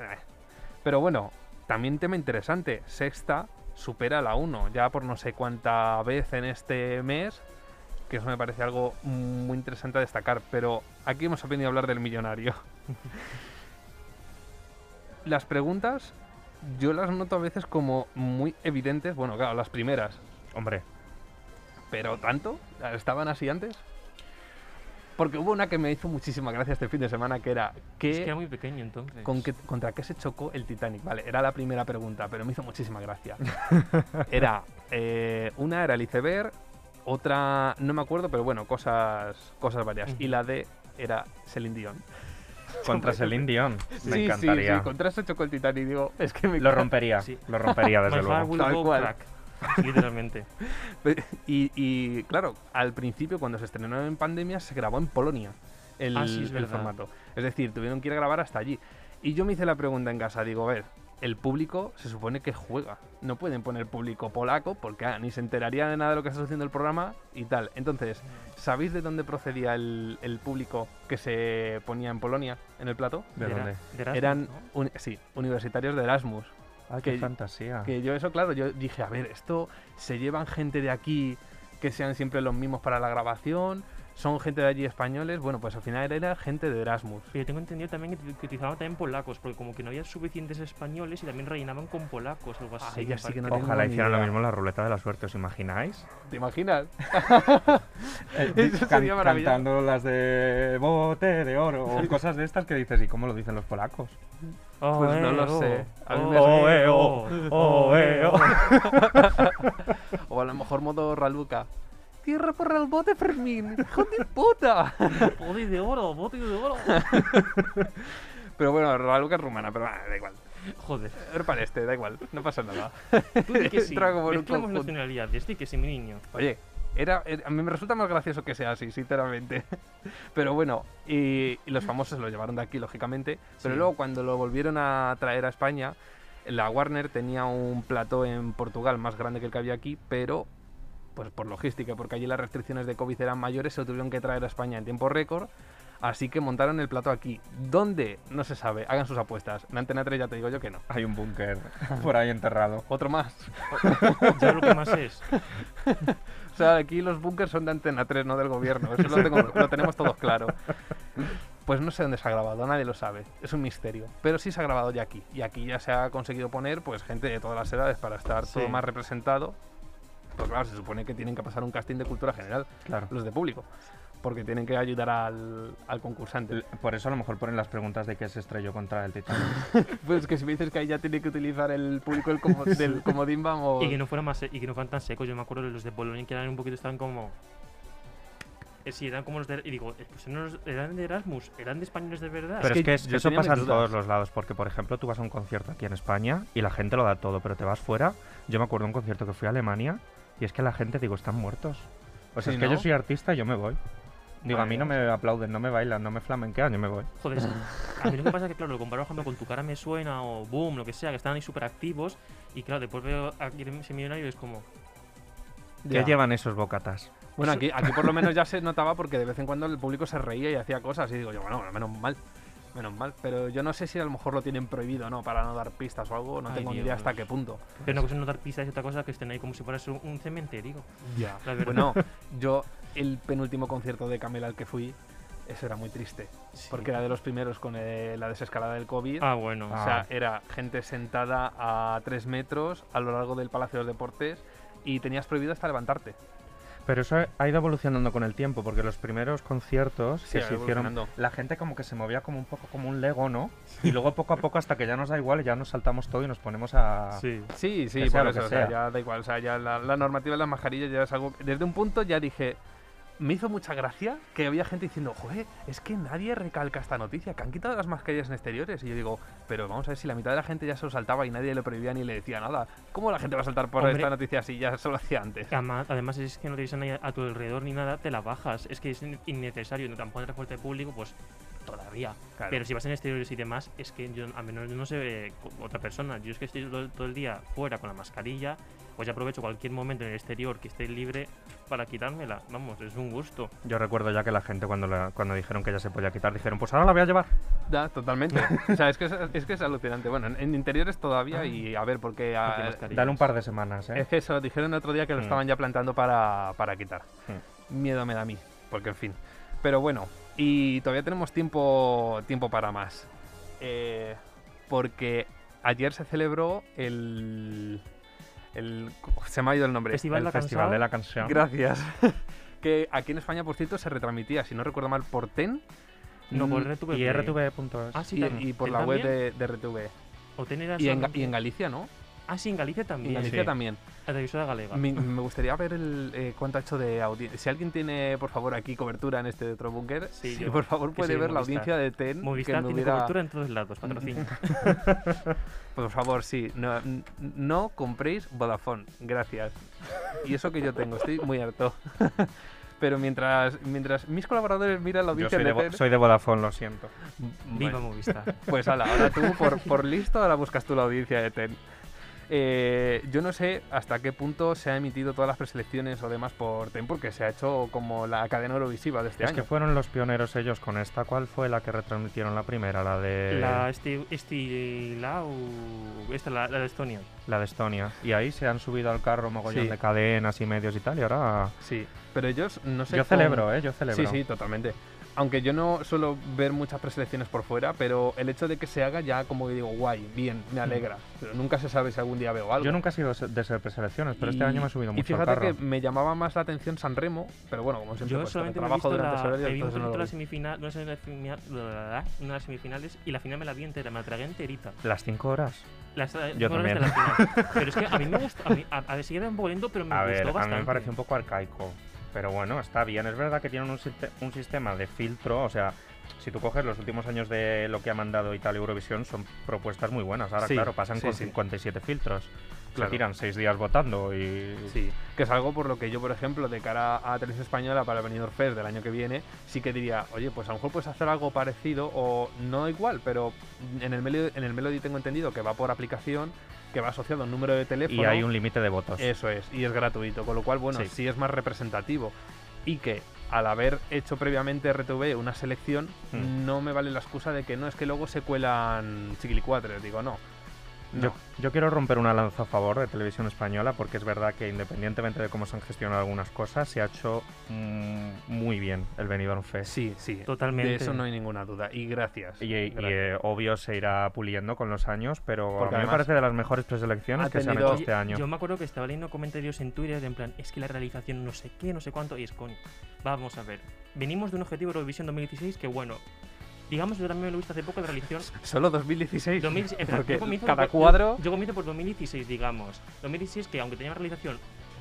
[SPEAKER 2] Pero bueno, también tema interesante. Sexta supera la 1, ya por no sé cuánta vez en este mes, que eso me parece algo muy interesante a destacar. Pero aquí hemos venido a hablar del
[SPEAKER 3] [laughs]
[SPEAKER 2] millonario. Las preguntas... Yo las noto a veces como muy evidentes, bueno, claro, las primeras, [laughs]
[SPEAKER 3] Hombre,
[SPEAKER 2] pero tanto, estaban así antes. Porque hubo una que me hizo muchísima gracia este fin de semana, que era ¿qué,
[SPEAKER 4] Es que era muy pequeño entonces.
[SPEAKER 2] con qué- ¿contra qué se chocó el Titanic? Vale, era la primera pregunta, pero me hizo muchísima
[SPEAKER 4] [laughs]
[SPEAKER 2] gracia. era, eh, una era el iceberg, otra, no me acuerdo, pero bueno, cosas, cosas varias. Y la D era Celine Dion.
[SPEAKER 3] contra Celine Dion. Me
[SPEAKER 2] Sí, Sí,
[SPEAKER 3] encantaría.
[SPEAKER 2] sí, contra se chocó el Titanic, digo, es que me
[SPEAKER 3] Lo rompería.
[SPEAKER 4] Sí.
[SPEAKER 3] Lo
[SPEAKER 2] [laughs]
[SPEAKER 3] rompería,
[SPEAKER 4] My
[SPEAKER 3] desde
[SPEAKER 4] heart
[SPEAKER 3] luego.
[SPEAKER 4] will
[SPEAKER 2] Tal
[SPEAKER 4] go
[SPEAKER 2] cual.
[SPEAKER 4] crack, Literalmente.
[SPEAKER 2] Pe- Y, y, claro, al principio cuando se estrenó en pandemia se grabó en Polonia el,
[SPEAKER 4] Ah, sí, es
[SPEAKER 2] el
[SPEAKER 4] verdad.
[SPEAKER 2] formato. Es decir, tuvieron que ir a grabar hasta allí. Y yo me hice la pregunta en casa, digo, a ver, el público se supone que juega. No pueden poner público polaco porque ah, ni se enterarían de nada de lo que está sucediendo en el programa y tal. Entonces, ¿sabéis de dónde procedía el, el público que se ponía en Polonia, en el plato?
[SPEAKER 3] ¿De
[SPEAKER 4] Era-
[SPEAKER 3] dónde?
[SPEAKER 4] de Erasmus,
[SPEAKER 2] Eran,
[SPEAKER 4] ¿no?
[SPEAKER 2] uni- sí, universitarios de Erasmus.
[SPEAKER 3] Ay, qué
[SPEAKER 2] que-
[SPEAKER 3] fantasía.
[SPEAKER 2] Que yo eso, claro, yo dije, a ver, esto se llevan gente de aquí que sean siempre los mismos para la grabación, son gente de allí españoles, bueno, pues al final era gente de Erasmus.
[SPEAKER 4] Pero tengo entendido también que, que utilizaban también polacos, porque como que no había suficientes españoles y también rellenaban con polacos, algo así.
[SPEAKER 2] ya
[SPEAKER 4] me
[SPEAKER 2] sí que
[SPEAKER 4] parece.
[SPEAKER 2] no tengo
[SPEAKER 3] Ojalá
[SPEAKER 2] ni
[SPEAKER 3] hicieran lo
[SPEAKER 2] idea.
[SPEAKER 3] mismo la ruleta de la suerte, ¿os imagináis?
[SPEAKER 2] ¿Te imaginas?
[SPEAKER 3] Eso
[SPEAKER 2] [laughs] Eso sería maravilloso.
[SPEAKER 3] Cantando las de bote de oro o cosas de estas que dices, ¿y cómo lo dicen los polacos?
[SPEAKER 4] Oh,
[SPEAKER 2] Pues no
[SPEAKER 4] eh,
[SPEAKER 2] lo
[SPEAKER 4] oh,
[SPEAKER 2] sé. A mí
[SPEAKER 4] oh,
[SPEAKER 2] me-
[SPEAKER 4] oh, eh,
[SPEAKER 3] oh, oh, eh, oh.
[SPEAKER 2] O a lo mejor modo Raluca. Tierra por el bote, Fermín. ¡Hijo de puta!
[SPEAKER 4] [laughs] Bote oh. de oro, bote de
[SPEAKER 2] [laughs]
[SPEAKER 4] oro.
[SPEAKER 2] Pero bueno, Raluca es rumana, pero bueno, da igual.
[SPEAKER 4] Joder,
[SPEAKER 2] Es para este, da igual. No pasa nada. [laughs]
[SPEAKER 4] tú di que sí.
[SPEAKER 2] Entra como en un
[SPEAKER 4] Mezclamos
[SPEAKER 2] conjunto.
[SPEAKER 4] nacionalidades, di que sí, mi niño.
[SPEAKER 2] Oye, era, era- a mí me resulta más gracioso que sea así, sinceramente. [laughs] Pero bueno, y, y los famosos lo llevaron de aquí, lógicamente. Pero
[SPEAKER 4] Sí.
[SPEAKER 2] luego cuando lo volvieron a traer a España, la Warner tenía un plató en Portugal más grande que el que había aquí, pero pues por logística, porque allí las restricciones de COVID eran mayores, se lo tuvieron que traer a España en tiempo récord. Así que montaron el plató aquí. ¿Dónde? No se sabe. Hagan sus apuestas. En Antena 3 ya te digo yo que no.
[SPEAKER 3] Hay
[SPEAKER 2] [laughs]
[SPEAKER 3] un búnker por ahí enterrado.
[SPEAKER 2] Otro más.
[SPEAKER 4] Ya lo que más
[SPEAKER 2] [laughs]
[SPEAKER 4] es.
[SPEAKER 2] O sea, aquí los búnkers son de Antena 3, no del gobierno. Eso lo, tengo- lo tenemos todos claro. Pues no sé dónde se ha grabado, nadie lo sabe. Es un misterio. Pero sí se ha grabado ya aquí. Y aquí ya se ha conseguido poner pues gente de todas las edades para estar todo
[SPEAKER 4] Sí.
[SPEAKER 2] más representado. Pues claro, se supone que tienen que pasar un casting de cultura general,
[SPEAKER 3] Claro.
[SPEAKER 2] los de público. Porque tienen que ayudar al, al concursante.
[SPEAKER 3] Por eso a lo mejor ponen las preguntas de qué se estrelló contra el Titanic.
[SPEAKER 2] Pues que si me dices que ahí ya tiene que utilizar el público el [laughs] como, del comodín, vamos.
[SPEAKER 4] Y que no fueran más se- y que no fueran tan secos. Yo me acuerdo de los de Polonia que eran un poquito estaban como. Eh, Sí, eran como los de. Y digo, eh, pues no los- eran de Erasmus, eran de españoles de verdad.
[SPEAKER 3] Pero es que,
[SPEAKER 2] yo
[SPEAKER 3] eso
[SPEAKER 2] tenía mis
[SPEAKER 3] pasa en
[SPEAKER 2] dudas.
[SPEAKER 3] todos los lados, porque por ejemplo tú vas a un concierto aquí en España y la gente lo da todo, pero te vas fuera. Yo me acuerdo de un concierto que fui a Alemania y es que la gente, digo, están muertos. O sea,
[SPEAKER 2] Sí,
[SPEAKER 3] es que
[SPEAKER 2] ¿no?
[SPEAKER 3] yo soy artista y yo me voy. Digo, a mí no me aplauden, no me bailan, no me flamenquean, yo me voy.
[SPEAKER 4] Joder, es-
[SPEAKER 2] [laughs]
[SPEAKER 4] a mí lo que pasa es que, claro, lo comparo, por ejemplo, con tu cara me suena o boom, lo que sea, que están ahí súper activos. Y claro, después veo a quien se millonario y es como.
[SPEAKER 2] Ya.
[SPEAKER 3] ¿Qué llevan esos bocatas?
[SPEAKER 2] Bueno,
[SPEAKER 4] Eso-
[SPEAKER 2] aquí, aquí por lo menos ya se notaba porque de vez en cuando el público se reía y hacía cosas. Y digo yo, bueno, menos mal. Menos mal. Pero yo no sé si a lo mejor lo tienen prohibido, ¿no? Para no dar pistas o algo. No
[SPEAKER 4] Ay,
[SPEAKER 2] tengo ni idea
[SPEAKER 4] Dios.
[SPEAKER 2] hasta qué punto.
[SPEAKER 4] Pero una cosa es no dar pistas y otra cosa que estén ahí como si fueras un, un cementerio.
[SPEAKER 2] Ya.
[SPEAKER 4] La verdad.
[SPEAKER 2] Bueno, yo el penúltimo concierto de Camela al que fui, eso era muy triste.
[SPEAKER 4] Sí.
[SPEAKER 2] Porque era de los primeros con eh, la desescalada del COVID.
[SPEAKER 4] Ah, bueno.
[SPEAKER 2] O sea, era gente sentada a tres metros a lo largo del Palacio de los Deportes y tenías prohibido hasta levantarte.
[SPEAKER 3] Pero eso ha ido evolucionando con el tiempo, porque los primeros conciertos
[SPEAKER 2] Sí,
[SPEAKER 3] que
[SPEAKER 2] ha
[SPEAKER 3] se
[SPEAKER 2] ido
[SPEAKER 3] hicieron,
[SPEAKER 2] evolucionando.
[SPEAKER 3] la gente como que se movía como un poco como un Lego, ¿no? Y luego poco a poco hasta que ya nos da igual, y ya nos saltamos todo y nos ponemos a...
[SPEAKER 4] Sí.
[SPEAKER 2] Sí, sí,
[SPEAKER 3] Que sea
[SPEAKER 2] por
[SPEAKER 3] lo
[SPEAKER 2] eso,
[SPEAKER 3] que
[SPEAKER 2] o sea,
[SPEAKER 3] sea.
[SPEAKER 2] ya da igual, o sea, ya la, la normativa de las mascarillas ya es algo... que- Desde un punto ya dije, me hizo mucha gracia que había gente diciendo, joder, es que nadie recalca esta noticia, que han quitado las mascarillas en exteriores. Y yo digo, pero vamos a ver si la mitad de la gente ya se lo saltaba y nadie le prohibía ni le decía nada. ¿Cómo la gente va a saltar por
[SPEAKER 4] Hombre.
[SPEAKER 2] esta noticia si ya se lo hacía antes?
[SPEAKER 4] Ama- Además, es que no te avisan ahí a tu alrededor ni nada, te la bajas. Es que es in- innecesario. No tampoco en transporte público, pues todavía.
[SPEAKER 2] Claro.
[SPEAKER 4] Pero si vas en exteriores y demás, es que yo, a menos yo no sé eh, co- otra persona. Yo es que estoy todo, todo el día fuera con la mascarilla, pues ya aprovecho cualquier momento en el exterior que esté libre para quitármela. Vamos, es un gusto.
[SPEAKER 3] Yo recuerdo ya que la gente cuando, la- cuando dijeron que ya se podía quitar, dijeron, pues ahora la voy a llevar.
[SPEAKER 2] Ya,
[SPEAKER 3] [laughs]
[SPEAKER 2] totalmente. o sea, es que es, es que es alucinante. Bueno, en, en interiores todavía y a ver, porque... ah,
[SPEAKER 4] tiene mascarilla.
[SPEAKER 3] Dale un par de semanas, ¿eh?
[SPEAKER 2] Es que se lo dijeron el otro día que lo
[SPEAKER 3] Mm.
[SPEAKER 2] estaban ya plantando para, para quitar.
[SPEAKER 4] Mm.
[SPEAKER 2] Miedo me da a mí, porque en fin. Pero bueno, y todavía tenemos tiempo, tiempo para más. Eh, porque ayer se celebró el, el... Se me ha ido el nombre.
[SPEAKER 4] Festival
[SPEAKER 3] el
[SPEAKER 4] la
[SPEAKER 3] Festival
[SPEAKER 4] Cansao.
[SPEAKER 3] de la Canción.
[SPEAKER 2] Gracias. [laughs] que aquí en España, por cierto, se retransmitía, si no recuerdo mal, por TEN
[SPEAKER 4] No, por
[SPEAKER 2] Mm,
[SPEAKER 4] RTV.
[SPEAKER 3] y RTV.es.
[SPEAKER 4] Ah, sí,
[SPEAKER 2] y,
[SPEAKER 4] tam-
[SPEAKER 2] y por
[SPEAKER 4] ¿ten
[SPEAKER 2] la web
[SPEAKER 4] también?
[SPEAKER 2] de, de RTV.
[SPEAKER 4] O tener a
[SPEAKER 2] Y en, Ga-
[SPEAKER 4] solamente-
[SPEAKER 2] y en Galicia, ¿no?
[SPEAKER 4] Ah, sí, en Galicia
[SPEAKER 2] Y en
[SPEAKER 4] también.
[SPEAKER 2] Galicia
[SPEAKER 3] Sí.
[SPEAKER 2] también.
[SPEAKER 4] La televisora galega.
[SPEAKER 2] Me, me gustaría ver el, eh, cuánto ha hecho de audiencia. Si alguien tiene, por favor, aquí cobertura en este otro búnker,
[SPEAKER 4] Sí,
[SPEAKER 2] si
[SPEAKER 4] yo,
[SPEAKER 2] por favor
[SPEAKER 4] que
[SPEAKER 2] puede
[SPEAKER 4] soy
[SPEAKER 2] ver la
[SPEAKER 4] Movistar.
[SPEAKER 2] audiencia de TEN. que
[SPEAKER 4] Movistar
[SPEAKER 2] no
[SPEAKER 4] tiene
[SPEAKER 2] hubiera-
[SPEAKER 4] cobertura en todos lados, patrocinio.
[SPEAKER 2] [laughs] Por favor, sí. No, n- no compréis Vodafone. Gracias. Y eso que yo tengo, estoy muy harto. [laughs] Pero mientras, mientras mis colaboradores miran la
[SPEAKER 3] Yo
[SPEAKER 2] audiencia
[SPEAKER 3] soy de,
[SPEAKER 2] de
[SPEAKER 3] Vo-
[SPEAKER 2] TEN...
[SPEAKER 3] soy de Vodafone, lo siento.
[SPEAKER 2] m-
[SPEAKER 4] Viva
[SPEAKER 2] bueno,
[SPEAKER 4] Movistar.
[SPEAKER 2] Pues ala, ahora tú, por, por listo, ahora buscas tú la audiencia de TEN. Eh, yo no sé hasta qué punto se han emitido todas las preselecciones o demás por TEN, porque se ha hecho como la cadena Eurovisiva de este
[SPEAKER 3] es
[SPEAKER 2] año.
[SPEAKER 3] que fueron los pioneros ellos con esta. ¿Cuál fue la que retransmitieron la primera? La
[SPEAKER 2] Eh.
[SPEAKER 3] de
[SPEAKER 4] La este, este, la, esta, la, la de Estonia.
[SPEAKER 3] la de Estonia. Y ahí se han subido al carro mogollón
[SPEAKER 2] Sí.
[SPEAKER 3] de cadenas y medios y tal. Y ahora
[SPEAKER 2] Sí, pero ellos no sé.
[SPEAKER 3] yo
[SPEAKER 2] con-
[SPEAKER 3] celebro, ¿eh? Yo celebro.
[SPEAKER 2] Sí, sí, totalmente. Aunque yo no suelo ver muchas preselecciones por fuera, pero el hecho de que se haga ya como que digo, guay, bien, me alegra. Pero nunca se sabe si algún día veo algo.
[SPEAKER 3] Mm. Yo nunca he sido se- de ser preselecciones, pero este
[SPEAKER 2] Y-
[SPEAKER 3] año me he subido mucho
[SPEAKER 2] Y fíjate
[SPEAKER 3] al carro.
[SPEAKER 2] que me llamaba más la atención San Remo, pero bueno, como siempre,
[SPEAKER 4] Yo
[SPEAKER 2] pues,
[SPEAKER 4] solamente me he
[SPEAKER 2] trabajo
[SPEAKER 4] visto
[SPEAKER 2] durante
[SPEAKER 4] la,
[SPEAKER 2] ese horario,
[SPEAKER 4] me vi un
[SPEAKER 2] entonces no
[SPEAKER 4] poquito
[SPEAKER 2] lo
[SPEAKER 4] la
[SPEAKER 2] vi.
[SPEAKER 4] semifinal, no sé, la fina- bla, bla, bla, una de las semifinales y la final me la vi entera, me la tragué enterita.
[SPEAKER 3] Las cinco horas.
[SPEAKER 4] Las eh,
[SPEAKER 3] Yo
[SPEAKER 4] horas de
[SPEAKER 3] también.
[SPEAKER 4] la
[SPEAKER 2] [laughs]
[SPEAKER 4] final. Pero es que a mí me gustó, a, mí, a, a ver, sí que era un poco lento, pero me
[SPEAKER 3] A
[SPEAKER 4] gustó
[SPEAKER 3] ver, a
[SPEAKER 4] bastante.
[SPEAKER 3] mí me parece un poco arcaico. Pero bueno, está bien. Es verdad que tienen un, siste- un sistema de filtro. O sea, si tú coges los últimos años de lo que ha mandado Italia Eurovisión, son propuestas muy buenas. Ahora,
[SPEAKER 2] Sí,
[SPEAKER 3] claro, pasan
[SPEAKER 2] sí,
[SPEAKER 3] con
[SPEAKER 2] sí.
[SPEAKER 3] 57 filtros.
[SPEAKER 2] Claro.
[SPEAKER 3] Se tiran seis días votando y.
[SPEAKER 2] Sí, que es algo por lo que yo, por ejemplo, de cara a Televisión Española para el Benidorm Fest del año que viene, sí que diría, oye, pues a lo mejor puedes hacer algo parecido o no igual, pero en el, Melo- en el Melody tengo entendido que va por aplicación, que va asociado a un número de teléfono. Eh,
[SPEAKER 3] Y hay un límite de votos.
[SPEAKER 2] Eso es, y es gratuito, con lo cual, bueno,
[SPEAKER 3] Sí.
[SPEAKER 2] sí. es más representativo. Y que al haber hecho previamente RTV una selección,
[SPEAKER 3] Mm.
[SPEAKER 2] no me vale la excusa de que no, es que luego se cuelan chiquilicuatres, digo, no.
[SPEAKER 3] Yo,
[SPEAKER 2] no.
[SPEAKER 3] yo quiero romper una lanza a favor de Televisión Española porque es verdad que independientemente de cómo se han gestionado algunas cosas, se ha hecho mm, muy bien el Benidorm Fest.
[SPEAKER 2] Sí, sí.
[SPEAKER 4] Totalmente.
[SPEAKER 2] De eso no hay ninguna duda. Y gracias.
[SPEAKER 3] Y, y,
[SPEAKER 2] Gracias.
[SPEAKER 3] eh, obvio se irá puliendo con los años, pero
[SPEAKER 2] Porque
[SPEAKER 3] a mí me
[SPEAKER 2] además
[SPEAKER 3] parece de las mejores preselecciones
[SPEAKER 2] ha
[SPEAKER 3] que se han
[SPEAKER 2] tenido-
[SPEAKER 3] hecho
[SPEAKER 4] Oye,
[SPEAKER 3] este año.
[SPEAKER 4] Yo me acuerdo que estaba leyendo comentarios en Twitter de en plan, es que la realización no sé qué, no sé cuánto, y es coño. Vamos a ver. Venimos de un objetivo Eurovisión 2016 que, bueno, digamos, yo también lo he visto hace poco de realización.
[SPEAKER 2] Solo 2016.
[SPEAKER 4] 2016, en plan,
[SPEAKER 2] Porque
[SPEAKER 4] eh, yo comienzo
[SPEAKER 2] cada
[SPEAKER 4] por- yo-
[SPEAKER 2] cuadro.
[SPEAKER 4] Yo, comienzo por 2016, digamos. 2016 que, aunque tenía una realización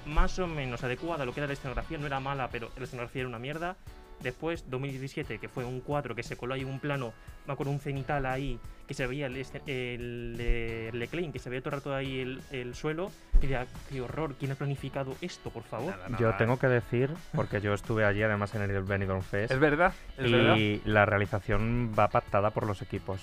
[SPEAKER 4] más o menos adecuada a lo que era la escenografía, no era mala, pero la escenografía era una mierda. Después, 2017, que fue un 4 que se coló ahí un plano, me acuerdo un cenital ahí, que se veía el, escen- el, eh, Leclerc, que se veía todo el rato ahí el, el suelo. Y decía, qué horror, ¿quién ha planificado esto, por favor?
[SPEAKER 2] Nada, nada. eh.
[SPEAKER 3] Yo tengo que decir, porque yo estuve allí además en el Benidorm Fest,
[SPEAKER 2] Es verdad, es verdad.
[SPEAKER 3] y la realización va pactada por los equipos.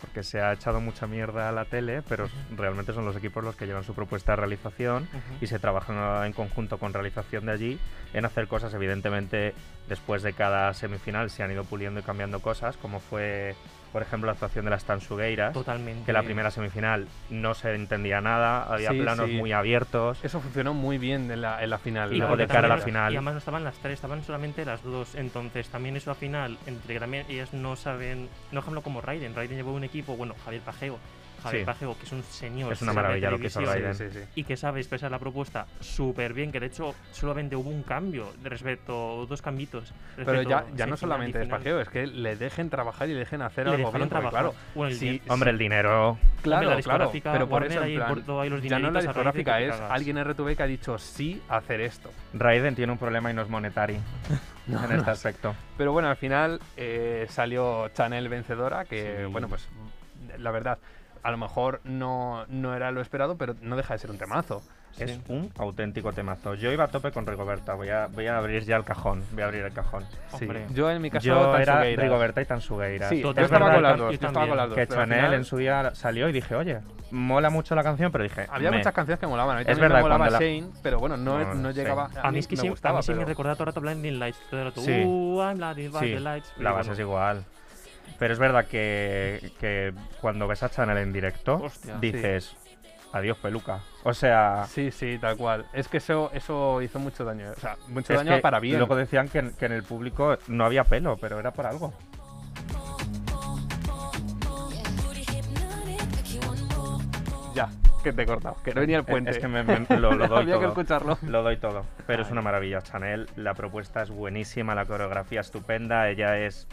[SPEAKER 3] Porque se ha echado mucha mierda a la tele, pero realmente son los equipos los que llevan su propuesta de realización
[SPEAKER 4] Ujú.
[SPEAKER 3] y se trabajan en conjunto con realización de allí en hacer cosas. Evidentemente, después de cada semifinal se han ido puliendo y cambiando cosas, como fue, por ejemplo, la actuación de las Tansugueiras,
[SPEAKER 4] Totalmente.
[SPEAKER 3] que la primera semifinal no se entendía nada, había
[SPEAKER 2] Sí,
[SPEAKER 3] planos
[SPEAKER 2] sí.
[SPEAKER 3] muy abiertos.
[SPEAKER 2] Eso funcionó muy bien en la, en la final.
[SPEAKER 3] Y luego
[SPEAKER 4] porque
[SPEAKER 3] de cara a la
[SPEAKER 4] también
[SPEAKER 3] final.
[SPEAKER 4] no- Y además no estaban las tres, estaban solamente las dos. Entonces, también eso a final, entre que también ellas no saben. No, por ejemplo, como Raiden. Raiden llevó un equipo, bueno, Javier Pajeo. Javier
[SPEAKER 3] Sí.
[SPEAKER 4] Pageo, que es un señor.
[SPEAKER 3] Es una
[SPEAKER 4] sabe de
[SPEAKER 3] maravilla lo que hizo
[SPEAKER 4] televisión
[SPEAKER 3] Raiden.
[SPEAKER 2] Sí, sí, sí.
[SPEAKER 4] Y que sabe expresar la propuesta súper bien, que de hecho solamente hubo un cambio de respecto, dos cambitos.
[SPEAKER 2] Pero
[SPEAKER 4] respecto
[SPEAKER 2] ya, ya no
[SPEAKER 4] semifinal y
[SPEAKER 2] solamente es
[SPEAKER 4] final.
[SPEAKER 2] pajeo, es que le dejen trabajar y le dejen hacer
[SPEAKER 4] Le
[SPEAKER 2] algo bien,
[SPEAKER 4] dejaron
[SPEAKER 2] porque,
[SPEAKER 4] trabajar.
[SPEAKER 2] claro.
[SPEAKER 4] Bueno, el
[SPEAKER 2] sí,
[SPEAKER 4] día-
[SPEAKER 3] Hombre, el dinero.
[SPEAKER 2] Claro,
[SPEAKER 4] la
[SPEAKER 2] claro,
[SPEAKER 4] discográfica
[SPEAKER 2] pero por eso
[SPEAKER 4] Warner
[SPEAKER 2] en
[SPEAKER 4] ahí
[SPEAKER 2] plan,
[SPEAKER 4] cortó ahí los
[SPEAKER 2] ya no la
[SPEAKER 4] dineritos a raíz de que
[SPEAKER 2] discográfica
[SPEAKER 4] te
[SPEAKER 2] es
[SPEAKER 4] cagas.
[SPEAKER 2] alguien RTV que ha dicho sí a hacer esto.
[SPEAKER 3] Raiden tiene un problema y no es [laughs] monetario en este aspecto.
[SPEAKER 2] Pero bueno, al final eh, salió Chanel vencedora, que
[SPEAKER 3] Sí.
[SPEAKER 2] bueno, pues la verdad, a lo mejor no, no era lo esperado, pero no deja de ser un temazo.
[SPEAKER 3] Es un auténtico temazo. Yo iba a tope con Rigoberta. Voy a, voy a abrir ya el cajón. Voy a abrir el cajón.
[SPEAKER 4] Hombre.
[SPEAKER 2] Yo en mi caso
[SPEAKER 3] Yo
[SPEAKER 2] Tansu
[SPEAKER 3] era
[SPEAKER 2] Gueiras.
[SPEAKER 3] Rigoberta y Tansugueiras.
[SPEAKER 2] Sí, yo
[SPEAKER 4] Total,
[SPEAKER 2] estaba,
[SPEAKER 4] verdad,
[SPEAKER 2] con las
[SPEAKER 4] yo
[SPEAKER 2] dos, yo estaba con las dos.
[SPEAKER 3] que
[SPEAKER 2] pero al
[SPEAKER 3] Chanel
[SPEAKER 2] final
[SPEAKER 3] en su día salió y dije, oye, mola mucho la canción, pero dije,
[SPEAKER 2] Había
[SPEAKER 3] "Meh".
[SPEAKER 2] muchas canciones que molaban. A mí
[SPEAKER 3] Es
[SPEAKER 2] también
[SPEAKER 3] verdad,
[SPEAKER 2] me molaba
[SPEAKER 3] cuando la-
[SPEAKER 2] Shane, pero bueno, no,
[SPEAKER 3] No,
[SPEAKER 2] no,
[SPEAKER 3] Shane.
[SPEAKER 2] llegaba.
[SPEAKER 4] A mí es que
[SPEAKER 2] me
[SPEAKER 4] sí, a
[SPEAKER 2] gustaba,
[SPEAKER 4] mí sí me
[SPEAKER 2] pero-
[SPEAKER 4] recordaba todo el rato Blinding Lights. Todo el rato,
[SPEAKER 3] Sí.
[SPEAKER 4] "Uh, I'm blinded by
[SPEAKER 3] Sí,
[SPEAKER 4] the lights",
[SPEAKER 3] la
[SPEAKER 4] pero
[SPEAKER 3] base
[SPEAKER 4] bueno.
[SPEAKER 3] es igual. Pero es verdad que, que cuando ves a Chanel en directo,
[SPEAKER 4] Hostia.
[SPEAKER 3] dices, adiós peluca. O sea,
[SPEAKER 2] Sí, sí, tal cual. Es que eso, eso hizo mucho daño. O sea, mucho
[SPEAKER 3] es
[SPEAKER 2] daño
[SPEAKER 3] que
[SPEAKER 2] para bien.
[SPEAKER 3] luego decían que, en- que en el público no había pelo, pero era por algo.
[SPEAKER 2] Ya, que te he cortado. Que no venía el
[SPEAKER 3] Es-
[SPEAKER 2] puente.
[SPEAKER 3] Es
[SPEAKER 2] [laughs]
[SPEAKER 3] que me- me- lo, lo doy
[SPEAKER 2] Había que
[SPEAKER 3] todo.
[SPEAKER 2] escucharlo.
[SPEAKER 3] Lo doy todo. Pero es una maravilla, Chanel. La propuesta es buenísima, la coreografía estupenda, ella es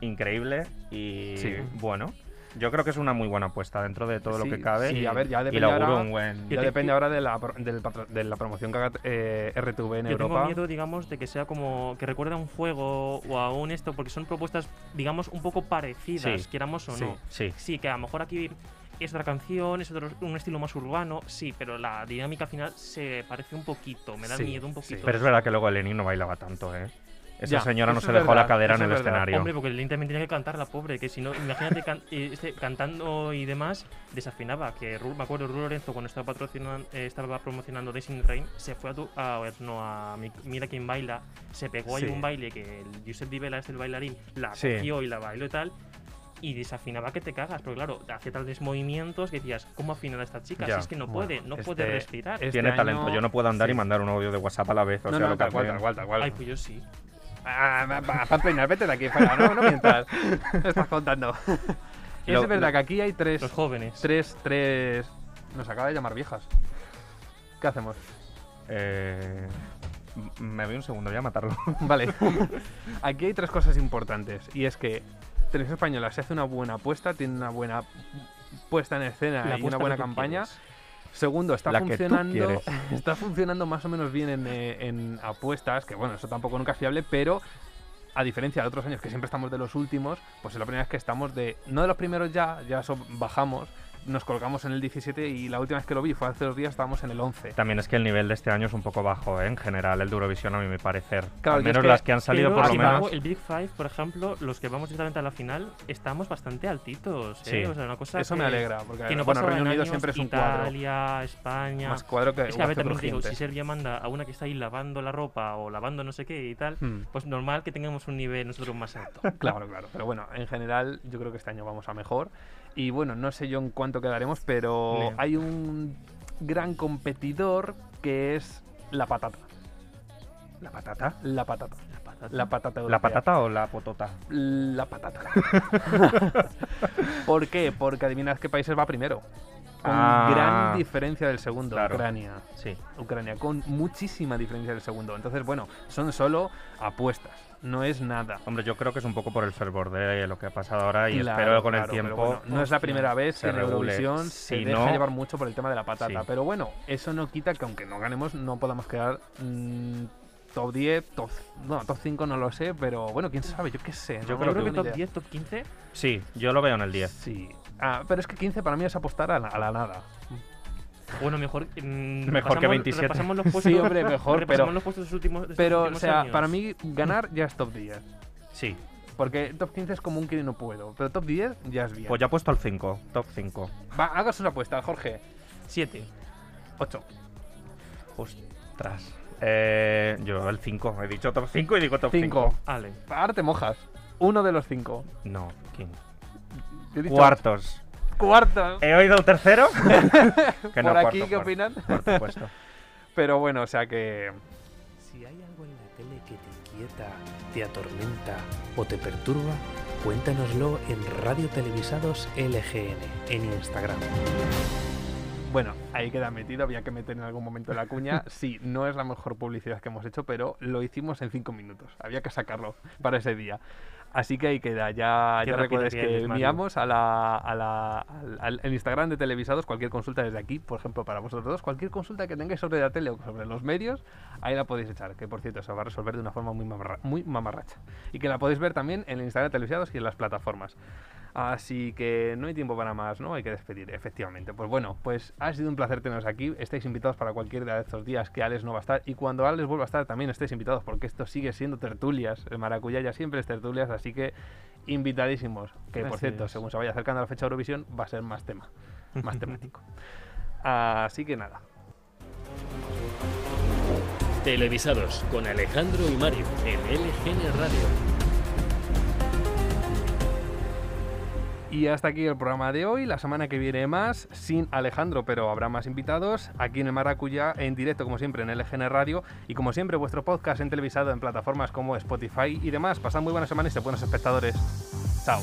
[SPEAKER 3] increíble y
[SPEAKER 2] Sí.
[SPEAKER 3] bueno. Yo creo que es una muy buena apuesta dentro de todo
[SPEAKER 2] Sí,
[SPEAKER 3] lo que cabe.
[SPEAKER 2] sí,
[SPEAKER 3] y,
[SPEAKER 2] a ver, ya
[SPEAKER 3] y
[SPEAKER 2] depende
[SPEAKER 3] le auguro
[SPEAKER 2] ahora-
[SPEAKER 3] un buen.
[SPEAKER 2] Ya
[SPEAKER 4] te-
[SPEAKER 2] depende ahora de la, pro- del patro- de la promoción que haga eh, RTV en
[SPEAKER 4] Yo
[SPEAKER 2] Europa.
[SPEAKER 4] tengo miedo, digamos, de que sea como que recuerde a un fuego o a un esto, porque son propuestas, digamos, un poco parecidas,
[SPEAKER 3] Sí.
[SPEAKER 4] queramos o
[SPEAKER 2] Sí.
[SPEAKER 4] no.
[SPEAKER 3] Sí.
[SPEAKER 4] Sí, que a lo mejor aquí es otra canción, es otro, un estilo más urbano, sí, pero la dinámica final se parece un poquito, me da
[SPEAKER 2] Sí,
[SPEAKER 4] miedo un
[SPEAKER 2] sí.
[SPEAKER 4] poquito.
[SPEAKER 3] Pero es verdad que luego Lenin no bailaba tanto, ¿eh? Esa
[SPEAKER 2] Ya,
[SPEAKER 3] señora no
[SPEAKER 2] eso
[SPEAKER 3] se
[SPEAKER 2] es
[SPEAKER 3] dejó
[SPEAKER 2] verdad,
[SPEAKER 3] la cadera en
[SPEAKER 2] eso
[SPEAKER 3] el
[SPEAKER 2] es verdad. pues
[SPEAKER 3] escenario.
[SPEAKER 4] Hombre, porque Lynn también tenía que cantar la pobre, que si no, imagínate can- eh, este, cantando y demás, desafinaba. Que Ru- me acuerdo, Ru Lorenzo, cuando estaba, patrocinando, eh, estaba promocionando Dancing in the Rain, se fue a, tu- a ver, no, a Mi- Mira quién baila, se pegó ahí
[SPEAKER 2] Sí.
[SPEAKER 4] un baile que el Josep Di Vela es el bailarín, la
[SPEAKER 3] Sí.
[SPEAKER 4] cogió y la bailó y tal. Y desafinaba que te cagas, pero claro, hacía tales movimientos que decías, ¿cómo afinar a esta chica?
[SPEAKER 3] Ya,
[SPEAKER 4] si es que no
[SPEAKER 2] bueno,
[SPEAKER 4] puede, no
[SPEAKER 2] este-
[SPEAKER 4] puede respirar.
[SPEAKER 2] este
[SPEAKER 3] Tiene
[SPEAKER 2] año-
[SPEAKER 3] talento. Yo no puedo andar y
[SPEAKER 2] sí.
[SPEAKER 3] mandar un audio de WhatsApp a la vez. O
[SPEAKER 2] No, no,
[SPEAKER 3] sea, Pues lo que
[SPEAKER 2] tal cual,
[SPEAKER 3] hacen-
[SPEAKER 2] tal cual, tal cual.
[SPEAKER 4] Ay, pues yo sí.
[SPEAKER 2] Ah, pa- pa- Pamplina, vete de aquí fuera, no, no mientras.
[SPEAKER 3] [laughs]
[SPEAKER 2] Me estás contando.
[SPEAKER 3] Y
[SPEAKER 2] es
[SPEAKER 3] lo-
[SPEAKER 2] verdad
[SPEAKER 3] lo-
[SPEAKER 2] que aquí hay tres,
[SPEAKER 4] Los jóvenes.
[SPEAKER 2] tres, tres... Nos acaba de llamar viejas. ¿Qué hacemos? [laughs]
[SPEAKER 3] Eh, m- me voy un segundo, voy a matarlo. [laughs]
[SPEAKER 2] Vale. Aquí hay tres cosas importantes. Y es que Televisión Española se hace una buena apuesta, tiene una buena puesta en escena
[SPEAKER 4] La
[SPEAKER 2] y
[SPEAKER 4] apuesta
[SPEAKER 2] una
[SPEAKER 4] que
[SPEAKER 2] buena
[SPEAKER 4] tú
[SPEAKER 2] campaña.
[SPEAKER 4] quieres.
[SPEAKER 2] Segundo, está
[SPEAKER 3] La que tú
[SPEAKER 2] funcionando.
[SPEAKER 3] quieres.
[SPEAKER 2] [laughs] Está funcionando más o menos bien en, eh, en apuestas, que bueno, eso tampoco nunca es fiable, pero a diferencia de otros años que siempre estamos de los últimos, pues es la primera vez que estamos de. No de los primeros ya, ya so- bajamos, nos colgamos en el 17 y la última vez que lo vi fue hace dos días, estábamos en el 11.
[SPEAKER 3] También es que el nivel de este año es un poco bajo, ¿eh? en general, el de Eurovisión, a mí me parecer.
[SPEAKER 2] Claro,
[SPEAKER 3] Al
[SPEAKER 2] yo es
[SPEAKER 3] menos
[SPEAKER 2] que
[SPEAKER 3] las que han salido,
[SPEAKER 4] Pero,
[SPEAKER 3] por lo
[SPEAKER 4] sin
[SPEAKER 2] aquí
[SPEAKER 3] menos.
[SPEAKER 4] embargo, el Big Five, por ejemplo, los que vamos directamente a la final, estamos bastante altitos. ¿eh?
[SPEAKER 3] Sí.
[SPEAKER 4] O sea, una cosa
[SPEAKER 2] Eso me
[SPEAKER 4] que-
[SPEAKER 2] alegra, porque
[SPEAKER 4] Que no
[SPEAKER 2] bueno,
[SPEAKER 4] pasaba
[SPEAKER 2] Reino
[SPEAKER 4] en
[SPEAKER 2] Unido
[SPEAKER 4] años,
[SPEAKER 2] siempre es un cuadro.
[SPEAKER 4] Italia, España.
[SPEAKER 2] Más cuadro que,
[SPEAKER 4] es que a ver,
[SPEAKER 2] guazo
[SPEAKER 4] también te digo,
[SPEAKER 2] crujiente.
[SPEAKER 4] si Serbia manda a una que está ahí lavando la ropa o lavando no sé qué y tal,
[SPEAKER 2] Hmm.
[SPEAKER 4] pues normal que tengamos un nivel nosotros más alto.
[SPEAKER 2] Claro, claro. Pero bueno, en general yo creo que este año vamos a mejor. Y bueno, no sé yo en cuánto quedaremos, pero
[SPEAKER 4] Leo.
[SPEAKER 2] hay un gran competidor que es la patata.
[SPEAKER 3] ¿La patata?
[SPEAKER 2] La patata.
[SPEAKER 4] La patata.
[SPEAKER 2] La patata.
[SPEAKER 3] ¿La
[SPEAKER 2] europea.
[SPEAKER 3] patata o la potota?
[SPEAKER 2] La patata.
[SPEAKER 4] [laughs]
[SPEAKER 2] ¿Por qué? Porque adivinas qué países va primero. Con
[SPEAKER 3] Ah,
[SPEAKER 2] gran diferencia del segundo,
[SPEAKER 3] claro.
[SPEAKER 2] Ucrania.
[SPEAKER 3] Sí.
[SPEAKER 2] Ucrania, con muchísima diferencia del segundo. Entonces, bueno, son solo apuestas, no es nada.
[SPEAKER 3] Hombre, yo creo que es un poco por el fervor de lo que ha pasado ahora y
[SPEAKER 2] Claro,
[SPEAKER 3] espero con el
[SPEAKER 2] claro, pero
[SPEAKER 3] tiempo. pues,
[SPEAKER 2] bueno, no es la
[SPEAKER 4] hostia,
[SPEAKER 2] primera vez que
[SPEAKER 3] se
[SPEAKER 2] en
[SPEAKER 3] regule.
[SPEAKER 2] Eurovisión se
[SPEAKER 3] Si
[SPEAKER 2] deja
[SPEAKER 3] no-
[SPEAKER 2] llevar mucho por el tema de la patata.
[SPEAKER 3] Sí.
[SPEAKER 2] Pero bueno, eso no quita que aunque no ganemos, no podamos quedar mm, top 10, top, no, top 5, no lo sé. Pero bueno, quién sabe, yo qué sé.
[SPEAKER 3] Yo
[SPEAKER 2] no
[SPEAKER 4] Yo
[SPEAKER 3] creo
[SPEAKER 2] tengo
[SPEAKER 4] creo que
[SPEAKER 2] ni
[SPEAKER 4] top
[SPEAKER 2] idea.
[SPEAKER 4] 10, top 15.
[SPEAKER 3] Sí, yo lo veo en el 10.
[SPEAKER 2] Sí. Ah, pero es que 15 para mí es apostar a la, a la
[SPEAKER 4] Pues
[SPEAKER 2] nada.
[SPEAKER 4] Bueno, mejor. mm,
[SPEAKER 3] Mejor que
[SPEAKER 4] repasamos-
[SPEAKER 3] 27.
[SPEAKER 4] Repasamos los puestos.
[SPEAKER 2] [laughs] Sí, hombre, mejor,
[SPEAKER 4] repasamos
[SPEAKER 2] pero-
[SPEAKER 4] los puestos de estos últimos. de estos
[SPEAKER 2] Pero, o
[SPEAKER 4] últimos
[SPEAKER 2] sea,
[SPEAKER 4] años.
[SPEAKER 2] para mí ganar ya es top 10.
[SPEAKER 3] Sí.
[SPEAKER 2] Porque top 15 es como un que no puedo. Pero top 10 ya es bien.
[SPEAKER 3] Pues ya he puesto el 5, top 5.
[SPEAKER 2] Va, hagas una apuesta, Jorge.
[SPEAKER 4] 7.
[SPEAKER 2] 8.
[SPEAKER 4] Pues,
[SPEAKER 3] Ostras. Eh, yo el 5, he dicho top 5 y digo top 5.
[SPEAKER 2] 5.
[SPEAKER 4] Ale.
[SPEAKER 2] Ahora te mojas. Uno de los cinco.
[SPEAKER 3] No, ¿quién?
[SPEAKER 2] Yo he dicho
[SPEAKER 3] Cuartos.
[SPEAKER 2] Cuarto.
[SPEAKER 3] ¿He oído
[SPEAKER 2] [laughs]
[SPEAKER 3] un tercero? Eh, Que no,
[SPEAKER 2] Por aquí, ¿qué
[SPEAKER 3] cuarto, cuarto,
[SPEAKER 2] opinan?
[SPEAKER 3] Por supuesto.
[SPEAKER 2] Pero bueno, o sea que.
[SPEAKER 5] Si hay algo en la tele que te inquieta, te atormenta o te perturba, cuéntanoslo en Radio Televisados LGN, en Instagram.
[SPEAKER 2] Bueno, ahí queda metido. Había que meter en algún momento la
[SPEAKER 4] [laughs]
[SPEAKER 2] cuña. Sí, no es la mejor publicidad que hemos hecho, pero lo hicimos en cinco minutos. Había que sacarlo para ese día. Así que ahí queda. Ya,
[SPEAKER 4] Qué
[SPEAKER 2] ya
[SPEAKER 4] rápido
[SPEAKER 2] recuerdes
[SPEAKER 4] que
[SPEAKER 2] que
[SPEAKER 4] eres, Mario.
[SPEAKER 2] enviamos a la, a la- al, al- el Instagram de Televisados cualquier consulta desde aquí, por ejemplo, para vosotros dos. Cualquier consulta que tengáis sobre la tele o sobre los medios, ahí la podéis echar. Que por cierto, se va a resolver de una forma muy, mamarra- muy mamarracha. Y que la podéis ver también en el Instagram de Televisados y en las plataformas. Así que no hay tiempo para más, ¿no? Hay que despedir, efectivamente. Pues bueno, pues ha sido un placer teneros aquí. Estáis invitados para cualquier de estos días que Alex no va a estar. Y cuando Alex vuelva a estar también estáis invitados, porque esto sigue siendo tertulias. El maracuyá ya siempre es tertulias, así que invitadísimos. Que por
[SPEAKER 4] Así
[SPEAKER 2] cierto,
[SPEAKER 4] es.
[SPEAKER 2] según se vaya acercando la fecha de Eurovisión, va a ser más tema, más temático. Así que nada.
[SPEAKER 1] Televisados con Alejandro y Mario en LGN Radio.
[SPEAKER 2] Y hasta aquí el programa de hoy. La semana que viene más, sin Alejandro, pero habrá más invitados aquí en el Maracuya, en directo como siempre en LGN Radio y como siempre vuestro podcast en televisado en plataformas como Spotify y demás. Pasad muy buena semana y sed buenos espectadores. Chao.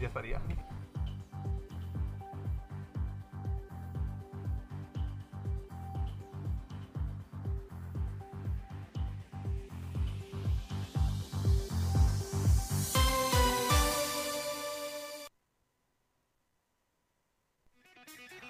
[SPEAKER 2] Ya estaría.